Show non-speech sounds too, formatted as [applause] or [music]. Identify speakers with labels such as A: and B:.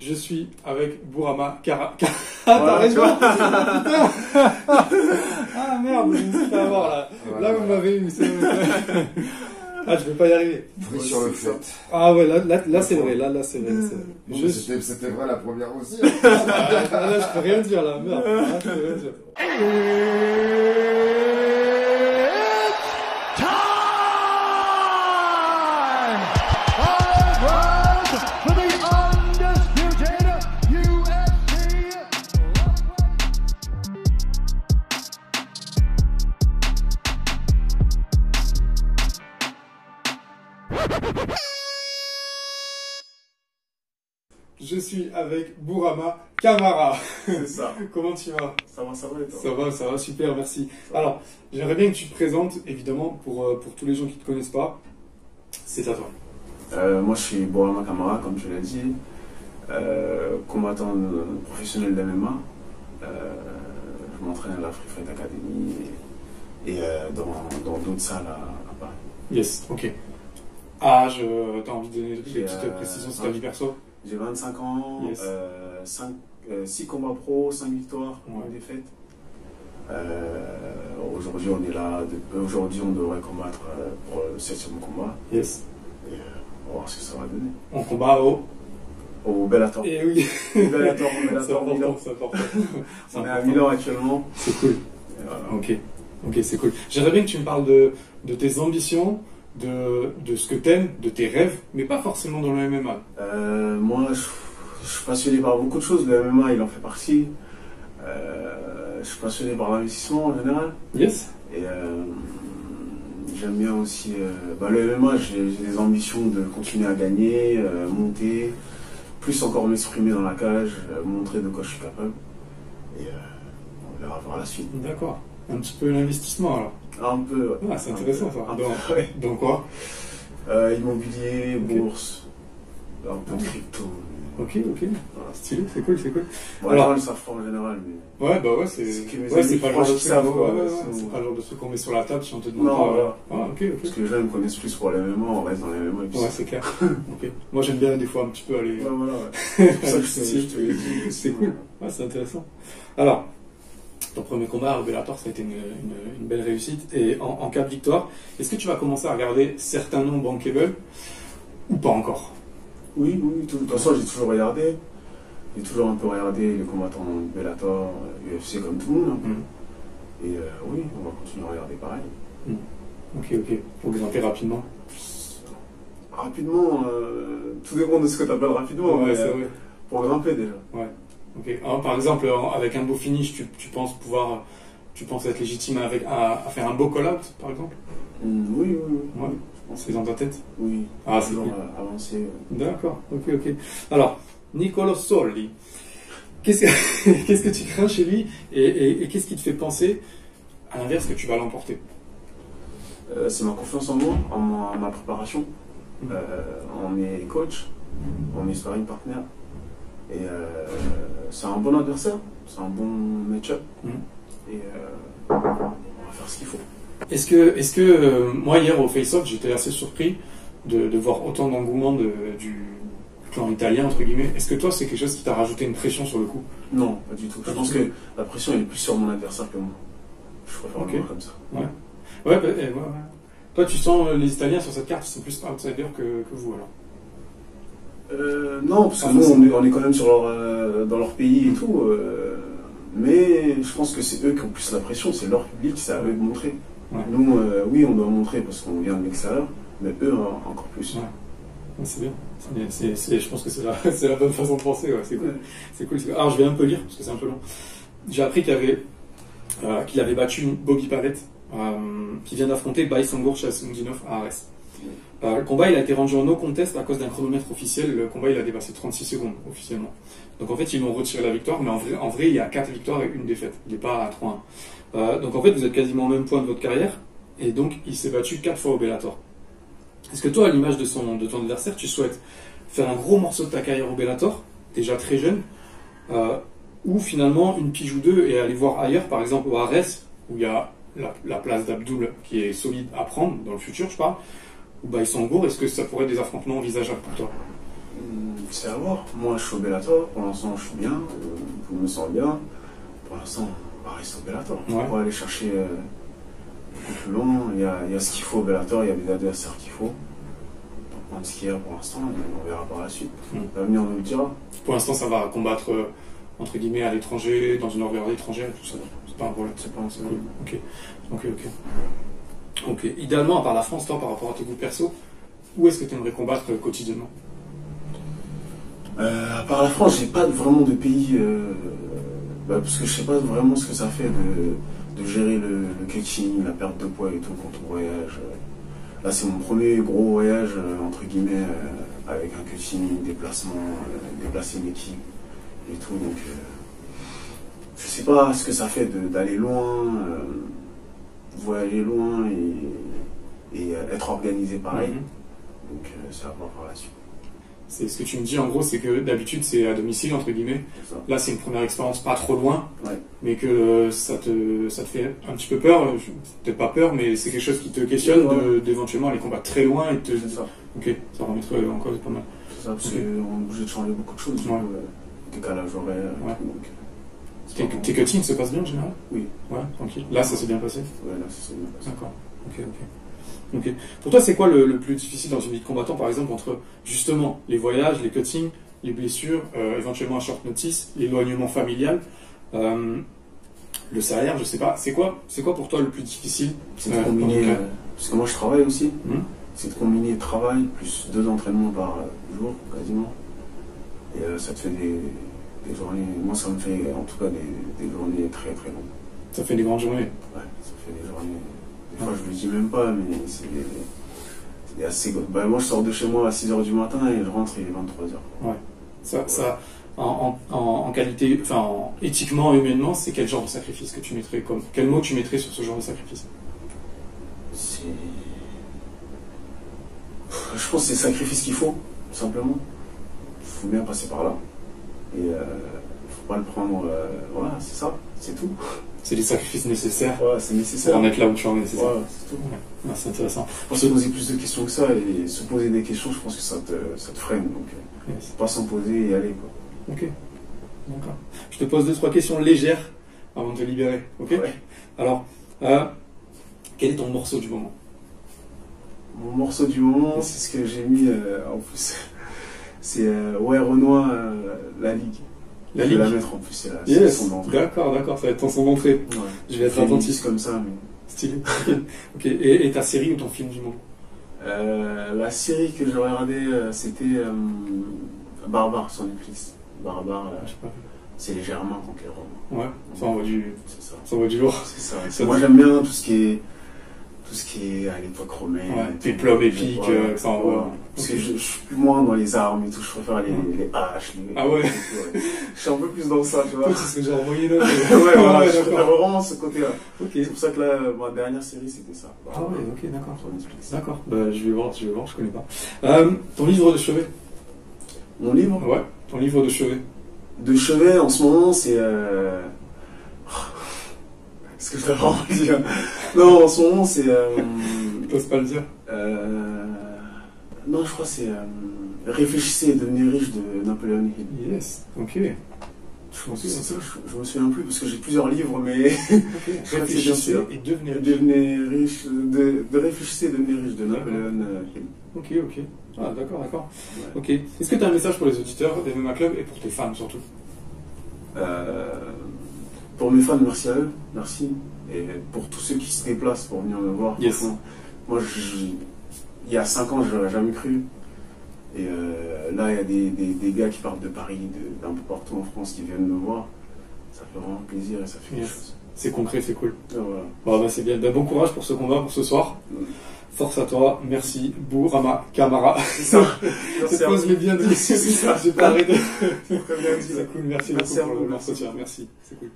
A: Je suis avec Bourama Kara. Kara-
B: Voilà,
A: T'as
B: [laughs]
A: raison,
B: tu
A: putain. Ah merde, je me suis fait avoir là.
B: Voilà,
A: Là, vous
B: voilà.
A: m'avez eu. c'est- Ah, je peux pas y arriver.
B: Pris sur le fait.
A: Ah ouais, là, là, là, c'est vrai, là, là c'est vrai. c'est vrai.
B: Non,
A: Je
B: mais
A: suis-
B: C'était c'était vrai la première aussi. hein.
A: Ah, Là, là, je peux rien dire là, merde. Là, je peux rien dire.
C: time! Five rounds for the undisputed UFC
A: Je suis avec Bourama Kamara.
D: C'est ça.
A: Comment tu vas
D: Ça va, ça va et toi
A: Ça va, ça va, super, merci. Alors, j'aimerais bien que tu te présentes, évidemment, pour, euh, pour tous les gens qui ne te connaissent pas. C'est à toi.
D: Euh, Moi, je suis Borama Kamara, comme tu l'as dit, euh, combattant euh, professionnel d'MMA. Euh, je m'entraîne à la Free Fight Academy et, et, euh, dans dans d'autres salles à, à Paris.
A: Yes, ok. Ah, je... t'as envie de donner des
D: J'ai,
A: petites
D: euh,
A: précisions sur ta
D: un-
A: vie perso
D: J'ai 25 ans, euh,
A: Yes.
D: 6 combats pro, 5 victoires,
A: Ouais.
D: 1 défaite. Euh, aujourd'hui, on est là. de- Aujourd'hui, on devrait combattre euh, pour le 7 combat.
A: Yes.
D: Et, euh, on va voir ce que ça va donner.
A: On combat au...
D: Au Bellator. [laughs]
A: Eh [laughs] oui
D: Au Bellator, au
A: C'est
D: Bellator, Milan.
A: important, c'est important. C'est
D: [laughs] On est à
A: important.
D: Milan actuellement.
A: C'est cool.
D: Et voilà.
A: Ok, ok, c'est cool. J'aimerais bien que tu me parles de, de tes ambitions, de, de ce que t'aimes, de tes rêves, mais pas forcément dans le MMA.
D: Euh, moi, je, je suis passionné par beaucoup de choses. Le MMA, il en fait partie. Euh, je suis passionné par l'investissement en général.
A: Yes
D: Et euh, j'aime bien aussi euh, bah, le MMA. J'ai j'ai des ambitions de continuer à gagner, euh, monter, plus encore m'exprimer dans la cage, euh, montrer de quoi je suis capable. Et euh, on verra par la suite.
A: D'accord. Un petit peu l'investissement alors.
D: Un peu. ouais.
A: Ah, c'est intéressant ça.
D: Un peu,
A: Dans,
D: [laughs] ouais.
A: dans quoi
D: Euh, immobilier,
A: Ok.
D: bourse, un peu de crypto.
A: Ok, ok.
D: Voilà.
A: Stylé, c'est cool, c'est cool.
D: Bon,
A: Alors-
D: Alors, ça fera en général, mais.
A: Ouais, bah ouais, c'est
D: C'est que mes
A: ouais,
D: amis
A: c'est pas, le genre
D: proches
A: de
D: qui
A: truc
D: savent,
A: qu'on-
D: quoi,
A: ouais, ouais,
D: c'est-
A: ouais, c'est pas le genre de truc qu'on met sur la table si on te demande
D: Non,
A: pas.
D: voilà.
A: Ah, ok, ok.
D: Parce que les gens ils me connaissent plus pour les MMA, on reste dans les MMA et puis
A: Ouais, c'est clair. Ok. Moi j'aime bien des fois un petit peu aller. euh,
D: c'est- Ouais, voilà, ouais. [laughs] C'est pour ça que je te-
A: Si,
D: je te l'ai dit.
A: C'est cool. Ouais, c'est intéressant. Alors, ton premier combat à Bellator, ça a été une, une- une belle réussite. Et en, en cas de victoire, est-ce que tu vas commencer à regarder certains noms bankable ou pas encore
D: Oui, oui, tout- de toute façon, j'ai toujours regardé. J'ai toujours un peu regardé les combattants de Bellator, euh, UFC comme tout le monde. hein. Et euh, oui, on va continuer à regarder pareil.
A: Ok, ok. Faut grimper rapidement.
D: Rapidement, euh, tout dépend de ce que tu appelles rapidement, mais, euh,
A: vrai.
D: pour grimper déjà.
A: Ok. Alors, par exemple, en- avec un beau finish, tu, tu penses pouvoir. Tu penses être légitime avec, à, à faire un beau call-out, par exemple
D: Mm, oui, oui, oui.
A: Ouais. C'est dans ta tête
D: Oui,
A: Ah, c'est
D: toujours
A: cool.
D: euh, avancer. euh,
A: D'accord, ok, ok. Alors, Niccolo Solli, qu'est-ce que, [laughs] qu'est-ce que tu crains chez lui et, et- et qu'est-ce qui te fait penser, à l'inverse, que tu vas l'emporter
D: Euh, c'est ma confiance en moi, en ma, en ma préparation.
A: Mhm.
D: Euh, on est coach, on est sparring partner. Et euh, c'est un bon adversaire, c'est un bon match-up.
A: Mhm.
D: Et euh, on va faire ce qu'il faut.
A: Est-ce que, est-ce que euh, moi, hier, au Face-Off, j'étais assez surpris de, de voir autant d'engouement de- du clan italien, entre guillemets. Est-ce que toi, c'est quelque chose qui t'a rajouté une pression sur le coup
D: Non, pas du tout. Je
A: Pas du
D: pense
A: tout.
D: que la pression elle est plus sur mon adversaire que moi. Je préfère
A: Ok.
D: le voir comme ça.
A: Ouais, bah, eh, ouais, ouais. Toi, tu sens euh, les Italiens sur cette carte, c'est plus outsider que, que vous, alors.
D: Euh, non, parce que
A: Ah,
D: nous,
A: c'est-
D: on est, on est quand même sur leur, euh, dans leur pays et tout. euh, mais je pense que c'est eux qui ont plus la pression, c'est leur public, c'est à eux de montrer.
A: Ouais.
D: Nous, euh, oui, on doit montrer parce qu'on vient de l'extérieur, mais eux, hein, encore plus.
A: Ouais. Ouais, C'est bien. C'est bien. C'est- c'est- je pense que c'est la, [laughs] c'est la bonne façon de penser, ouais. C'est cool. C'est cool, c'est cool. Alors je vais un peu lire parce que c'est un peu long. J'ai appris qu'il avait, euh, qu'il avait battu Bobby Pavette, euh, qui vient d'affronter Baysangour Chasmudinov à Arès. Euh, le combat il a été rendu en no contest à cause d'un chronomètre officiel. Le combat il a dépassé 36 secondes officiellement. Donc en fait ils lui ont retiré la victoire, mais en vrai, en vrai il y a 4 victoires et une défaite. Il n'est pas à 3-1. Euh, donc en fait vous êtes quasiment au même point de votre carrière et donc il s'est battu 4 fois au Bellator. Est-ce que toi à l'image de, son- de ton adversaire tu souhaites faire un gros morceau de ta carrière au Bellator, déjà très jeune, euh, ou finalement une pige ou deux et aller voir ailleurs, par exemple au Arès, où il y a la, la place d'Abdoul qui est solide à prendre dans le futur, je parle, ou Baïsangour, est-ce que ça pourrait être des affrontements envisageables pour toi
D: Hum, c'est à voir. Moi, je suis au Bellator. Pour l'instant, je suis bien. euh, Je me sens bien. Pour l'instant, on va rester au Bellator. On
A: Ouais.
D: va aller chercher euh, un peu plus long. Il y a, il y a ce qu'il faut au Bellator. Il y a les adversaires qu'il faut. On prend ce qu'il y a pour l'instant. et On verra par la suite.
A: Mm.
D: L'avenir nous le dira.
A: Pour l'instant, ça va combattre euh, entre guillemets à l'étranger, dans une organe étrangère, tout ça. C'est pas un problème.
D: C'est pas un
A: Cool. Ok. Ok, ok. Ok. Idéalement, à part la France, toi, par rapport à tes goûts perso, où est-ce que tu aimerais combattre euh, quotidiennement
D: Euh, à part la France, j'ai pas de- vraiment de pays. euh, bah, parce que je sais pas vraiment ce que ça fait de, de gérer le, le catching, la perte de poids et tout quand on voyage. Là, c'est mon premier gros voyage, euh, entre guillemets, euh, avec un coaching, déplacement, euh, déplacer une équipe et tout. Donc, euh, je sais pas ce que ça fait de- d'aller loin, euh, voyager loin et, et, euh, être organisé pareil.
A: Mhm.
D: Donc, euh, c'est à voir par la suite.
A: C'est ce que tu me dis en gros, c'est que d'habitude c'est à domicile entre guillemets.
D: C'est ça.
A: Là, c'est une première expérience pas trop loin,
D: Ouais.
A: mais que euh, ça te ça te fait un petit peu peur. Je- Peut-être pas peur, mais c'est quelque chose qui te questionne
D: Ouais.
A: de- d'éventuellement aller combattre très loin et te.
D: C'est ça.
A: Ok, ça remettrait en cause pas mal.
D: C'est ça, parce
A: Ok.
D: qu'on est obligé de changer beaucoup de choses. du
A: Ouais.
D: coup, euh, décalage horaire. et
A: Ouais.
D: tout, donc, euh, c'est
A: Tes
D: pas bon.
A: tes cuttings se passent bien en général
D: Oui.
A: Ouais, tranquille. Là, ça s'est bien passé.
D: Ouais, là, c'est bien passé.
A: D'accord. Ok, ok. Ok. Pour toi, c'est quoi le, le plus difficile dans une vie de combattant, par exemple, entre justement les voyages, les cuttings, les blessures, euh, éventuellement un short notice, l'éloignement familial, euh, le salaire, je sais pas. C'est quoi, c'est quoi pour toi le plus difficile
D: C'est
A: Ouais,
D: de combiner.
A: ok.
D: euh, parce que moi, je travaille aussi.
A: Mhm.
D: C'est de combiner travail plus deux entraînements par euh, jour, quasiment. Et euh, ça te fait des, des journées. Moi, ça me fait en tout cas des, des journées très très longues.
A: Ça fait des grandes journées.
D: Ouais, ça fait des journées. Des fois, je le dis même pas, mais c'est des- c'est des assez. Bah, moi, je sors de chez moi à 6h du matin et je rentre, il est 23h.
A: Ça, ça en, en- en- en qualité, enfin, en- éthiquement et humainement, c'est quel genre de sacrifice que tu mettrais comme, quel mot tu mettrais sur ce genre de sacrifice
D: C'est. Je pense que c'est le sacrifice qu'il faut, tout simplement. Il faut bien passer par là. Et il faut pas le prendre. euh, Voilà, c'est ça, c'est tout.
A: C'est des sacrifices nécessaires
D: Ouais, c'est
A: pour
D: nécessaire.
A: en être là où tu en es, c'est ça
D: Voilà, c'est tout.
A: Ouais, Ah, C'est intéressant.
D: Faut se poser plus de questions que ça et se poser des questions, je pense que ça te, ça te freine. Donc, euh,
A: Yes.
D: faut pas s'en poser et aller. Quoi.
A: Ok. D'accord. Je te pose deux, trois questions légères avant de te libérer. Ok
D: Ouais.
A: Alors, euh, quel est ton morceau du moment
D: Mon morceau du moment, c'est ce que j'ai mis euh, en plus. [laughs] C'est euh, ouais, Renoir, euh, la Ligue. je vais la
A: Ligue
D: mettre en plus, c'est la c'est
A: Yes.
D: son entrée.
A: D'accord, d'accord. Ça va être ton son d'entrée.
D: Ouais.
A: Je vais être
D: Féministe
A: attentif.
D: comme ça, mais.
A: [laughs] Stylé. ok. Et, et ta série ou ton film du moment
D: Euh, la série que j'ai regardée, euh, c'était euh, Barbare sur Netflix. Barbare, là,
A: Ah, Je sais pas.
D: c'est les Germains contre les Romains.
A: Ouais. Ça envoie du,
D: C'est ça.
A: ça envoie du lourd.
D: C'est ça.
A: Ça,
D: Moi
A: c'est-
D: j'aime bien tout ce qui est tout ce qui est à l'époque romaine.
A: Ouais,
D: et tout.
A: péplum épique,
D: Voilà.
A: euh, que ça envoie.
D: Voilà. Parce que je, je suis plus moins dans les armes et tout. Je préfère les, les haches. les-
A: Ah ouais.
D: Je suis un peu plus dans ça, tu vois.
A: [laughs] C'est ce que j'ai envoyé [laughs] là.
D: ouais, voilà, je préfère
A: d'accord.
D: vraiment ce côté-là.
A: Ok.
D: C'est pour ça que là, ma dernière série c'était ça.
A: Ah ouais, ok, d'accord.
D: Sur Netflix.
A: D'accord. Bah, je vais voir, je vais voir, je connais pas. Euh, ton livre de chevet
D: Mon livre.
A: Ouais. Ton livre de chevet.
D: de chevet en ce moment, c'est. Euh... [laughs] ce que je dois vraiment [laughs] dire Non, en ce moment, c'est. euh,
A: T'oses pas le dire
D: euh, Non, je crois que c'est. euh, Réfléchissez et devenez riche de Napoléon Hill.
A: Yes. Ok.
D: Je pense que c'est ça, je, je me souviens plus parce que j'ai plusieurs livres, mais. [laughs]
A: Ok,
D: c'est
A: Réfléchissez
D: bien sûr.
A: et devenez riche.
D: devenez riche. De, de réfléchissez et devenez riche de Napoléon euh, Hill.
A: Ok, ok. Ah, d'accord, d'accord.
D: Ouais.
A: Ok. Est-ce que tu as un message pour les auditeurs des MMA Club et pour tes fans surtout
D: Euh, pour mes fans, merci à eux, merci. Et pour tous ceux qui se déplacent pour venir me voir,
A: Yes.
D: franchement, moi, je- je- il y a 5 ans, je n'aurais jamais cru. Et euh, là, il y a des, des- des gars qui partent de Paris, de- d'un peu partout en France, qui viennent me voir. Ça fait vraiment plaisir et ça fait quelque
A: Yes.
D: chose.
A: C'est concret, c'est cool.
D: Et voilà.
A: Bon, bah, c'est bien. Ben, bon courage pour ce combat, pour ce soir. Force à toi. Merci, Bourama Kamara.
D: C'est ça.
A: Cette
D: à vous.
A: pause l'est [laughs] bien dit.
D: C'est ça.
A: J'ai pas arrêté.
D: Très bien dit, là.
A: C'est cool, merci
D: Merci
A: beaucoup
D: à
A: pour
D: vous,
A: le-
D: merci.
A: l'entretien. Merci, c'est cool.